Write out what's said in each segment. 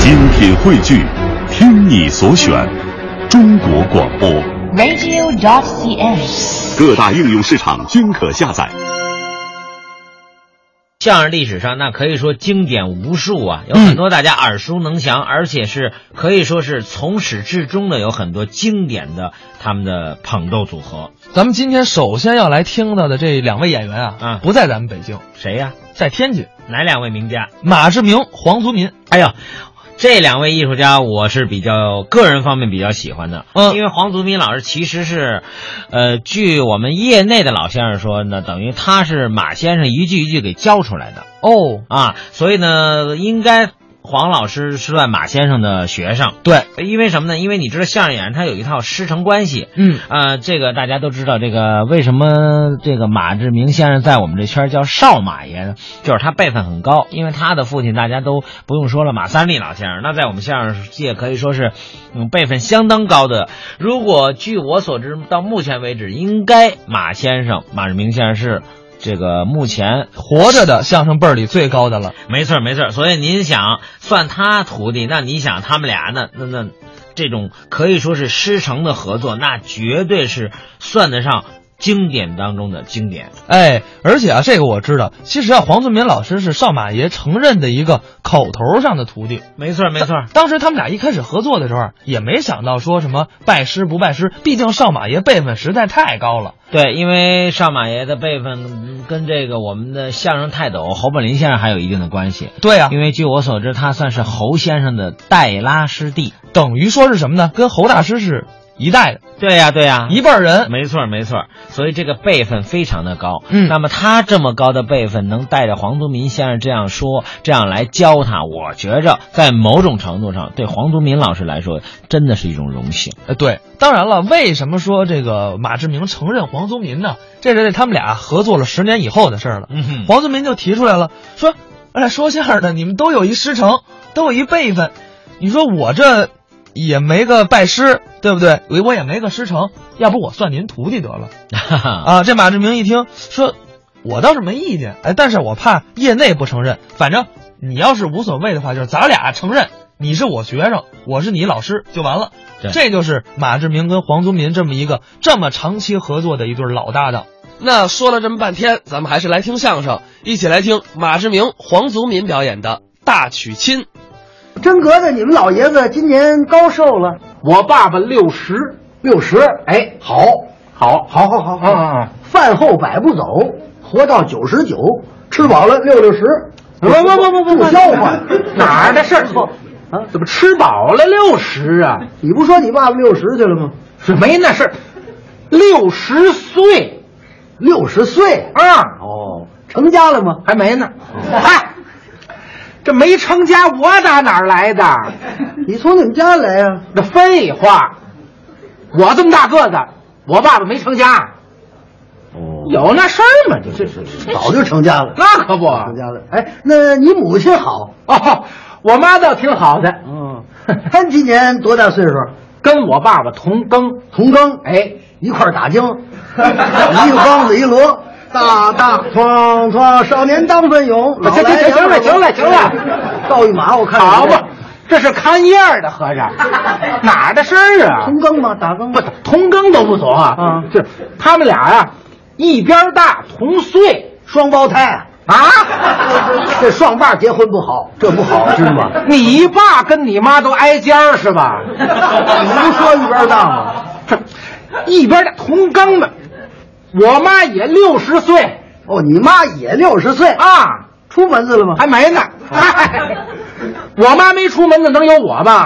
精品汇聚，听你所选，中国广播。 radio.cn。各大应用市场均可下载。相声历史上那可以说经典无数啊，有很多大家耳熟能详，而且是可以说是从始至终的有很多经典的他们的捧逗组合。咱们今天首先要来听到的这两位演员啊，嗯不在咱们北京，谁呀、在天津，哪两位名家？马志明、黄族民。哎呦，这两位艺术家我是比较个人方面比较喜欢的，嗯因为黄祖民老师其实是，呃，据我们业内的老先生说呢，等于他是马先生一句一句给教出来的。哦，啊，所以呢，应该黄老师是算马先生的学生，对，因为什么呢？因为你知道相声演员他有一套师承关系。嗯，呃，这个大家都知道，这个为什么这个马志明先生在我们这圈儿叫少马爷呢？就是他辈分很高，因为他的父亲大家都不用说了，马三立老先生，那在我们相声界可以说是，嗯，辈分相当高的。如果据我所知，到目前为止，应该马先生马志明先生是这个目前活着的相声辈儿里最高的了。没错儿没错儿，所以您想算他徒弟，那你想他们俩那那那这种可以说是师承的合作，那绝对是算得上经典当中的经典。哎，而且啊，这个我知道，其实啊，黄族民老师是少马爷承认的一个口头上的徒弟。没错儿没错儿，当时他们俩一开始合作的时候啊，也没想到说什么拜师不拜师，毕竟少马爷辈分实在太高了。对，因为少马爷的辈分嗯跟这个我们的相声泰斗侯本林先生还有一定的关系。对啊，因为据我所知，他算是侯先生的带拉师弟。等于说是什么呢？跟侯大师是一代的，对呀、对呀、一辈儿 人。没错儿，没错儿，所以这个辈分非常的高。嗯那么他这么高的辈分，能带着黄宗民先生这样说，这样来教他，我觉着在某种程度上，对黄宗民老师来说，真的是一种荣幸。呃，对，当然了，为什么说这个马志明承认黄宗民呢？这是他们俩合作了十年以后的事儿了。嗯 哼，黄宗民就提出来了，说，哎，说相声的你们都有一师承，都有一辈分，你说我这也没个拜师，对不对？我我也没个师承，要不我算您徒弟得了哈哈，啊？这马志明一听说，我倒是没意见，哎，但是我怕业内不承认，反正你要是无所谓的话，就是咱俩承认。你是我学生，我是你老师，就完了。对这就是马志明跟黄宗民这么一个这么长期合作的一对老搭档。那说了这么半天，咱们还是来听相声，一起来听马志明、黄宗民表演的《大娶亲》。真格子，你们老爷子今年高寿了？我爸爸六十，六十。哎，好，好，好，好，好，好。啊饭后百步走，活到九十九，吃饱了六六十。不不不不不，不消化哪儿的事 儿错啊！怎么吃饱了六十啊？你不说你爸爸六十去了吗？是没那事儿，六十岁六十岁，啊，哦，成家了吗？还没呢。嗨，这没成家，我打哪儿来的？你从你们家来呀、这废话，我这么大个子，我爸爸没成家，哦有那事儿吗？这这早就成家了，哎那可不啊成家了。哎，那你母亲 好，哦，我妈倒挺好的，嗯，她今年多大岁数？跟我爸爸同庚，同庚，哎，一块儿打 经，一个梆子一锣，大大哐哐，少年当奋勇。啊行行行行了行了行了，倒一马我看看。好吧，这是看叶儿的 和尚，哪儿的事儿啊同？庚吗？打庚不，同庚都不同啊！啊这他们俩啊，一边大，同岁双胞胎， 啊。这双爸结婚不好，这不好，知道吗？你爸跟你妈都挨家儿是 吧？你不说一边大吗？这一边大同庚的，我妈也六十岁 哦，你妈也六十岁，啊，出门子了吗？ 还没呢。嗨，我妈没出门，那能有我吗？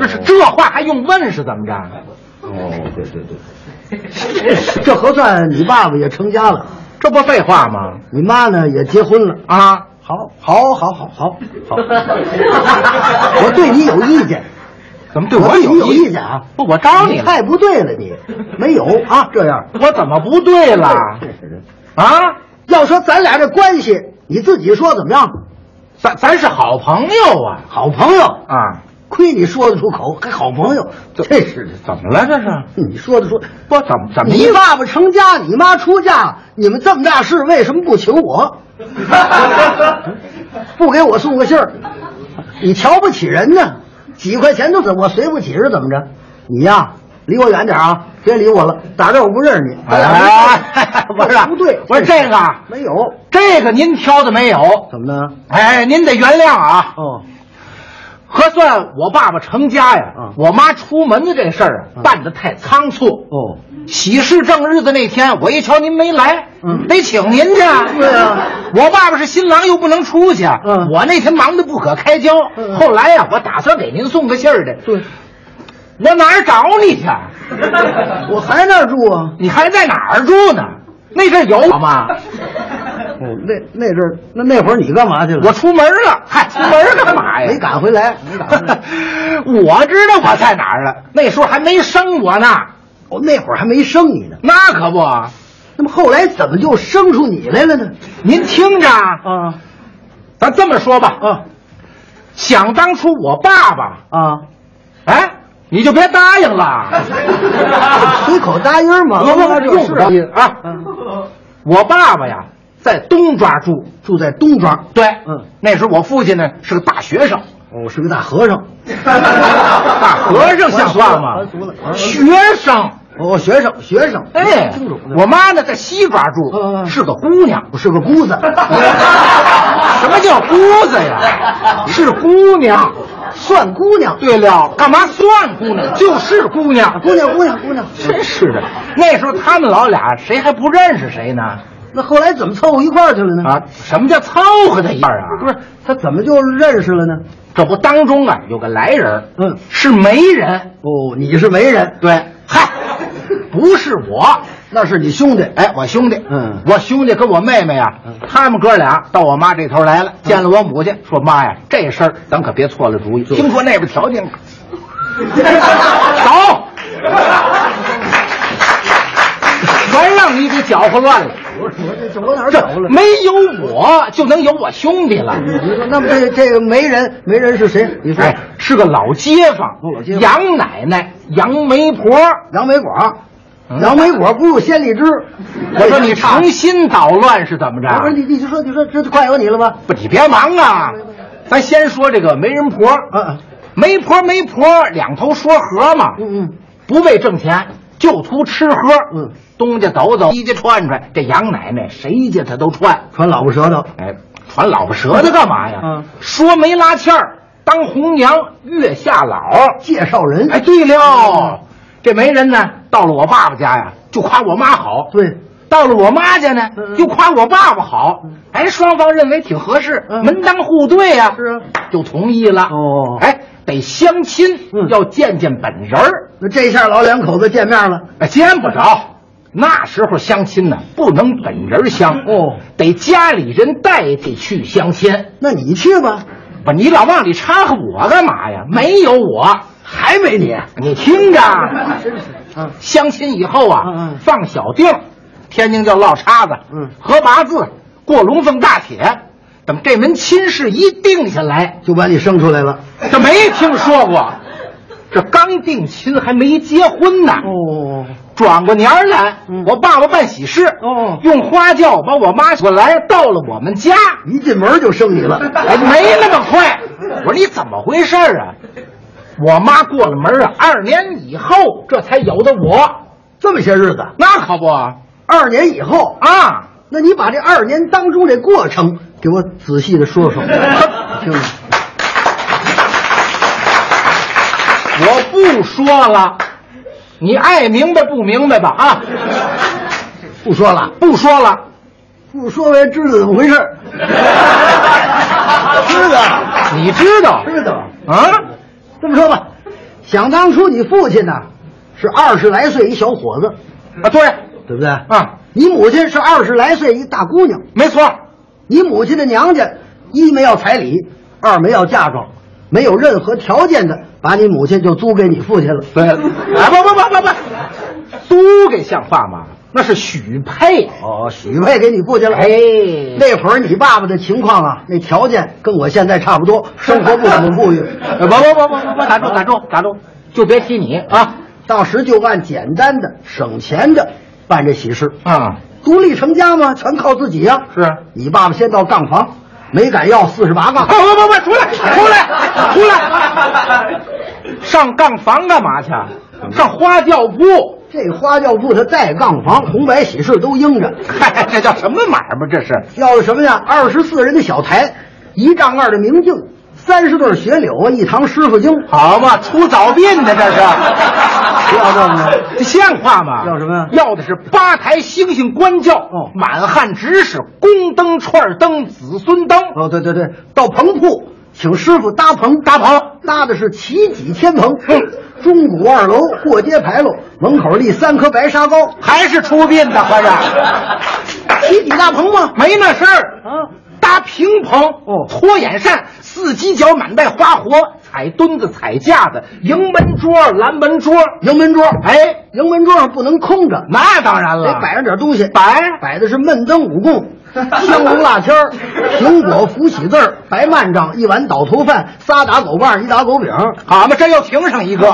这是这话还用问是怎么着？哦，对对对， 这合算你爸爸也成家了，这不废话吗？你妈呢也结婚了。啊，好，好，好，好，好，好， 我对你有意 见。怎么对我我对你有意意见啊不，我招你你了，太不对了，你没有啊？这样我怎么不对 了？啊，要说咱俩这关系，你自己说怎么样？咱咱是好朋友啊好朋友，啊！亏你说得出口，还好朋友，这是的怎么了这是？你说得出。不怎么怎么你爸爸成家，你妈出嫁，你们这么大事， 为什么不请我？不给我送个信儿？你瞧不起人呢？几块钱都是我随不起是怎么着？你呀，离我远点啊！别理我了，打这我不认识你。啊哎，不是，不对，不是这个啊，没有，这个您挑的没有，怎么的？哎，您得原谅啊。哦，合算我爸爸成家呀，嗯我妈出门的这事儿啊，嗯办得太仓促。哦，喜事正日子那天，我一瞧您没来，嗯得请您去啊。对啊我爸爸是新郎，又不能出去，嗯啊我那天忙得不可开交。嗯嗯后来呀、我打算给您送个信儿去，对，我哪儿找你去？ 我还在那儿住啊。你还在哪儿住呢？那阵儿有我吗？哦，那那阵儿，那那会儿你干嘛去了？我出门了，嗨，出门干嘛呀？没赶回 来，没赶回来。我知道我在哪儿了，那时候还没生我呢，哦，那会儿还没生你呢。那可不。那么后来怎么就生出你来了呢？您听着啊，啊咱这么说吧，啊想当初我爸爸，啊！哎，你就别答应了， 随口答应嘛，不不不这用不事着急儿啊。我爸爸呀，在东庄住，嗯啊住在东庄，对，嗯，那时候我父亲呢是个大学生，我是个大和尚。 大和尚像话吗还俗了还？俗学生，哦，学生，学生，嗯哎听懂，我妈呢在西庄住，嗯嗯是个姑娘， 我是个姑子， 什么叫姑 子呀？是姑娘。算姑娘，对了，干嘛算姑娘？就是姑娘，姑娘，姑娘，姑娘。真是的。那时候他们老俩谁还不认识谁呢？那后来怎么凑合一块儿去了呢？啊，什么叫凑合在一块儿啊？嗯不是，他怎么就认识了呢？这不当中啊有个来人，嗯，是媒人。哦，你是媒人，对，嗨，不是我，那是你兄弟。哎，我兄弟，嗯我兄弟跟我妹妹呀、嗯他们哥俩到我妈这头来了，见了我母亲，说妈呀，这事儿咱可别错了主意。听说那边 条件，走，全让你给搅和乱了。我我这这我哪儿这找了？没有我就能有我兄弟了。你说，那么这这个媒人，媒人是谁？嗯你说，哎，是个老街坊，哦老街坊杨奶奶，杨媒婆。杨梅果嗯，杨梅果不入先荔枝。我说你啊成心捣乱是怎么我说着？你你就说你说这快有你了吧？不，你别忙啊，咱先说这个媒人婆。嗯嗯媒婆媒婆两头说和嘛，嗯嗯，不为挣钱，就图吃喝。嗯，东家走走，西家串串，这杨奶奶谁家她都串。传老婆舌头。哎，传老婆舌头干嘛呀？嗯说媒拉纤儿，当红娘，月下老。介绍人，嗯哎，，对了，这媒人呢，到了我爸爸家呀，就夸我妈好；对，到了我妈家呢，嗯又夸我爸爸好。哎，双方认为挺合适，嗯门当户对呀，是啊，就同意了。哦哎，得相亲，嗯要见见本人儿，那这下老两口子见面了，哎见不着。那时候相亲呢，不能本人相哦，得家里人代替去相亲。那你去吧，不，你老往里掺和我干嘛呀？没有我，还没你。你听着，真是，嗯，相亲以后啊，嗯嗯放小腚，天津叫落叉子，嗯合八字，过龙凤大铁。等这门亲事一定下来，就把你生出来了。这没听说过，这刚定亲还没结婚呢。哦，转过年儿来，嗯我爸爸办喜事，哦嗯用花轿把我妈过来到了我们家， 一进门就生你了，哎，没那么快。我说你怎么回事儿啊？我妈过了门啊，二年以后这才有的我，这么些日子，那可不啊！二年以后，啊那你把这二年当中这过程给我仔细的说说，听听。我不说了，你爱明白不明白吧？啊，不说了，不说了。不说我也知道怎么回事儿。 知道，你知道知道。啊？这么说吧，想当初你父亲呢，是二十来岁一小伙子，啊，对对不对？啊，你母亲是二十来岁一大姑娘，没错。你母亲的娘家一没要彩礼，二没要嫁妆，没有任何条件的把你母亲就租给你父亲了。对，哎，不不不不不，租给像话吗？那是许配。 哦，许配给你父亲了。哎，那会儿你爸爸的情况啊，那条件跟我现在差不多，生活不怎么 富裕。呃不不不不不 不，打住打住打住，就别提你啊当时就按简单的、省钱的办这喜事，啊！独立成家嘛，全靠自己呀、是你爸爸先到杠房，没敢要四十八杠快。快快快，出来出来出 来！上杠房干嘛去？啊上花轿铺？ 这花轿铺它带杠房，红白喜事都应着。嗨，这叫什么买卖？这是要的什么呀？二十四人的小台，一丈二的明镜，三十对雪柳，啊一堂师傅经。好嘛？出早殡的这是？不 要这么着这像话吗？要什么呀哦要的是八抬星星官轿，满汉直使，宫灯串灯子孙灯。哦，对对对，到棚铺请师傅搭棚，搭棚搭的是齐脊天棚，钟鼓二楼过街牌楼，门口立三棵白沙高，还是出殡的，合着齐脊大棚吗？没那事儿啊。搭平棚，哦，拖眼扇，四犄角满带花活，踩墩子，踩架子，迎门桌，拦门桌，迎门桌，哎，迎门桌上不能空着，那当然得了，摆上点东西，摆摆的是闷灯五供。 香炉辣签儿，苹果福喜字儿，白幔帐，一碗倒头饭，仨打狗棒，一打狗饼。好嘛，这又停上 一个，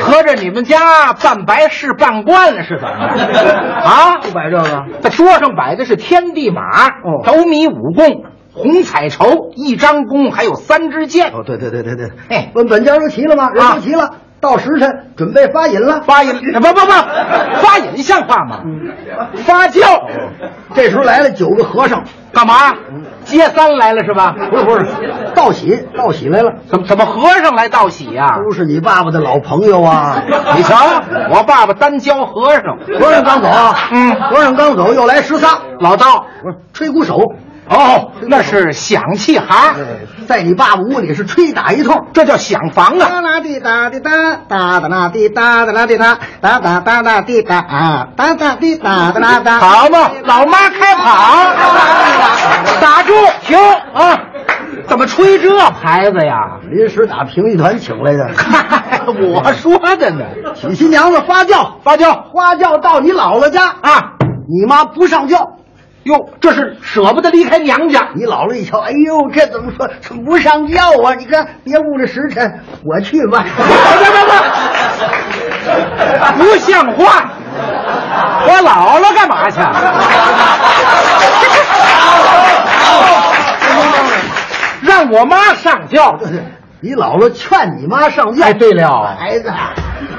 合着你们家半白事半官了是 怎么着？啊，不摆这个，在桌上摆的是天地马，哦斗米五贡，红彩绸，一张弓，还有三支箭。哦，对对对对对，嘿问本家都齐了吗？人啊都齐了，到时辰准备发引了。发引不不不，发引像话吗？发酵这时候来了九个和尚，干嘛？接三来了是吧？不是不是， 道喜道喜来了，怎么怎么和尚来道喜呀、都是你爸爸的老朋友啊。啊 你瞧，我爸爸单教和尚，和尚刚走，啊嗯和尚刚走，又来十仨，老道不是吹鼓手，哦，那是响器行，在你爸爸屋里是吹打一通。这叫响房啊。哒啦滴哒滴哒，哒哒啦滴哒哒啦滴哒，哒哒哒哒滴哒啊，哒哒滴哒哒啦哒。哎好嘛，老妈开 跑，打住，停啊！怎么吹这牌子呀？临时打评剧团请来的，嗨， 我说的呢，娶新娘子发轿，发酵花轿到你姥姥家，啊！你妈不上轿，哟，这是舍不得离开娘家，你姥姥一瞧，哎呦，这怎么说不上轿啊？你看，别误了时辰，我去吧。 不像话！我姥姥干 嘛去？让我妈上轿。你姥姥劝你妈上轿。哎，对了，孩子，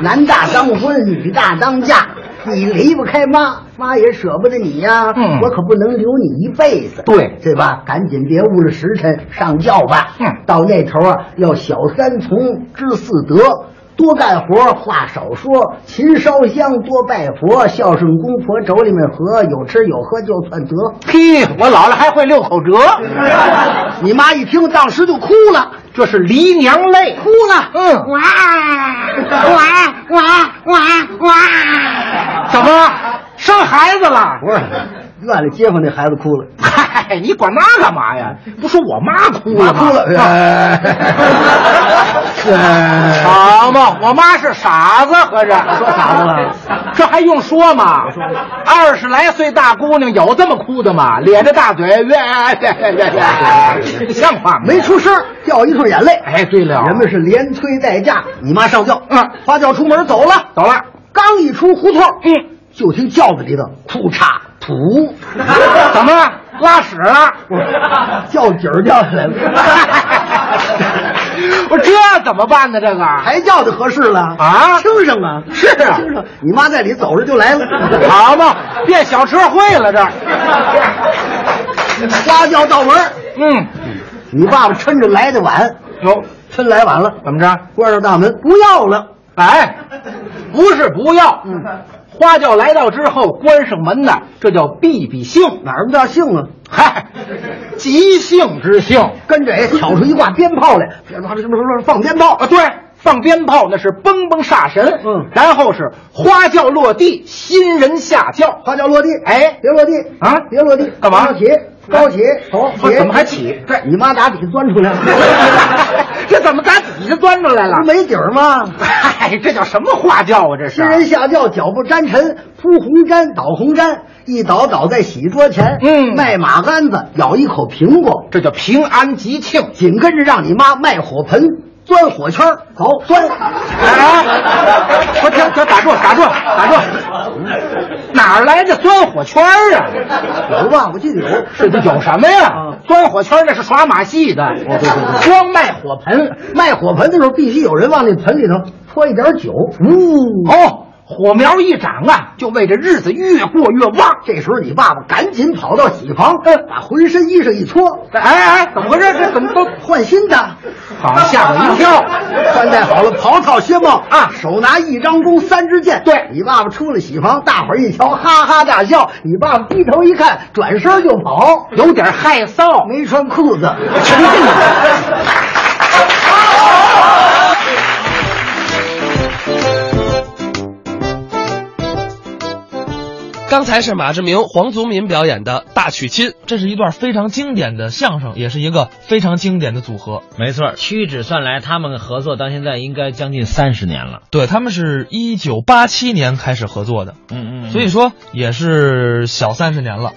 男大当婚，女大当嫁，你离不开妈，妈也舍不得你呀、嗯我可不能留你一辈子，对对吧？赶紧别误了时辰，上轿吧。嗯到那头啊，要小三从，知四德。多干活，话少说；勤烧香，多拜佛；孝顺公婆，妯娌们和；有吃有喝就算得。嘿，我姥姥还会六口 折。你妈一听，当时就哭了，这是离娘泪，哭了。嗯哇哇哇哇哇！怎么生孩子了？不是，院里街坊那孩子哭了，嗨，你管那干嘛呀？不是我妈哭妈了哭吗？了，哎好嘛，我妈是傻子，合着说傻子了，这还用说吗？二十来岁大姑娘有这么哭的吗？咧着大嘴，越越越越，像话吗？没出声，掉一串眼泪。哎，对了，人们是连推带架，你妈上轿，嗯花轿出门走了，走了，刚一出胡同，嗯，就听轿子里的裤衩吐， 怎么 拉屎了？轿底儿掉下来 了，我这怎么办呢？这个抬轿就合适了啊轻省啊，是啊轻省。你妈在里走着就来了， 好嘛，变小车会了这。 花轿到门儿，嗯，你爸爸趁着来的晚，有趁来晚了，怎么着？关上大门不要了。哎，不是不要，嗯花轿来到之后关上门呢，这叫避避兴。哪儿那么大兴啊？嗨，吉兴之兴跟着哎， 挑出一挂鞭炮来，别啪什么什么放鞭炮啊，，对，放鞭炮那是蹦蹦煞神，嗯然后是花轿落地，新人下轿，花轿落地，哎别落地啊别落地，干嘛高起，高起，头不起，是怎么还？起？对，你妈打底钻出来了， 这怎么打底下钻出来了不？ 没底儿吗？嗨，这叫什么花轿啊？这是新人下轿，脚不沾尘，铺红毡，倒红毡，一倒倒在洗桌前。嗯卖马杆子，咬一口苹果，这叫平安吉庆。紧跟着让你妈卖火盆，钻火圈儿走钻。哎，不停停，打住打住打住！哪儿来的钻火圈儿啊？有吧？我记得有，这都有什么呀嗯？钻火圈儿那是耍马戏的，对对光卖火盆。卖火盆的时候必须有人往那盆里头泼一点酒，呜、哦，火苗一长啊，就为这日子越过越旺。这时候你爸爸赶紧跑到喜房，嗯把浑身衣裳一脱，哎哎，怎么回事？这怎么都换新的。好吓我一跳！ 穿戴好了袍套靴帽啊手拿一张弓三支箭。对你爸爸出了喜房，大伙儿一瞧，哈哈大笑。你爸爸低头一看，转身就跑，有点害臊。没穿裤 子。刚才是马志明、黄族民表演的《大娶亲》。这是一段非常经典的相声，也是一个非常经典的组合。没错儿，屈指算来，他们合作到现在应该将近三十年了。对他们是一九八七年开始合作的，嗯嗯所以说也是小三十年了。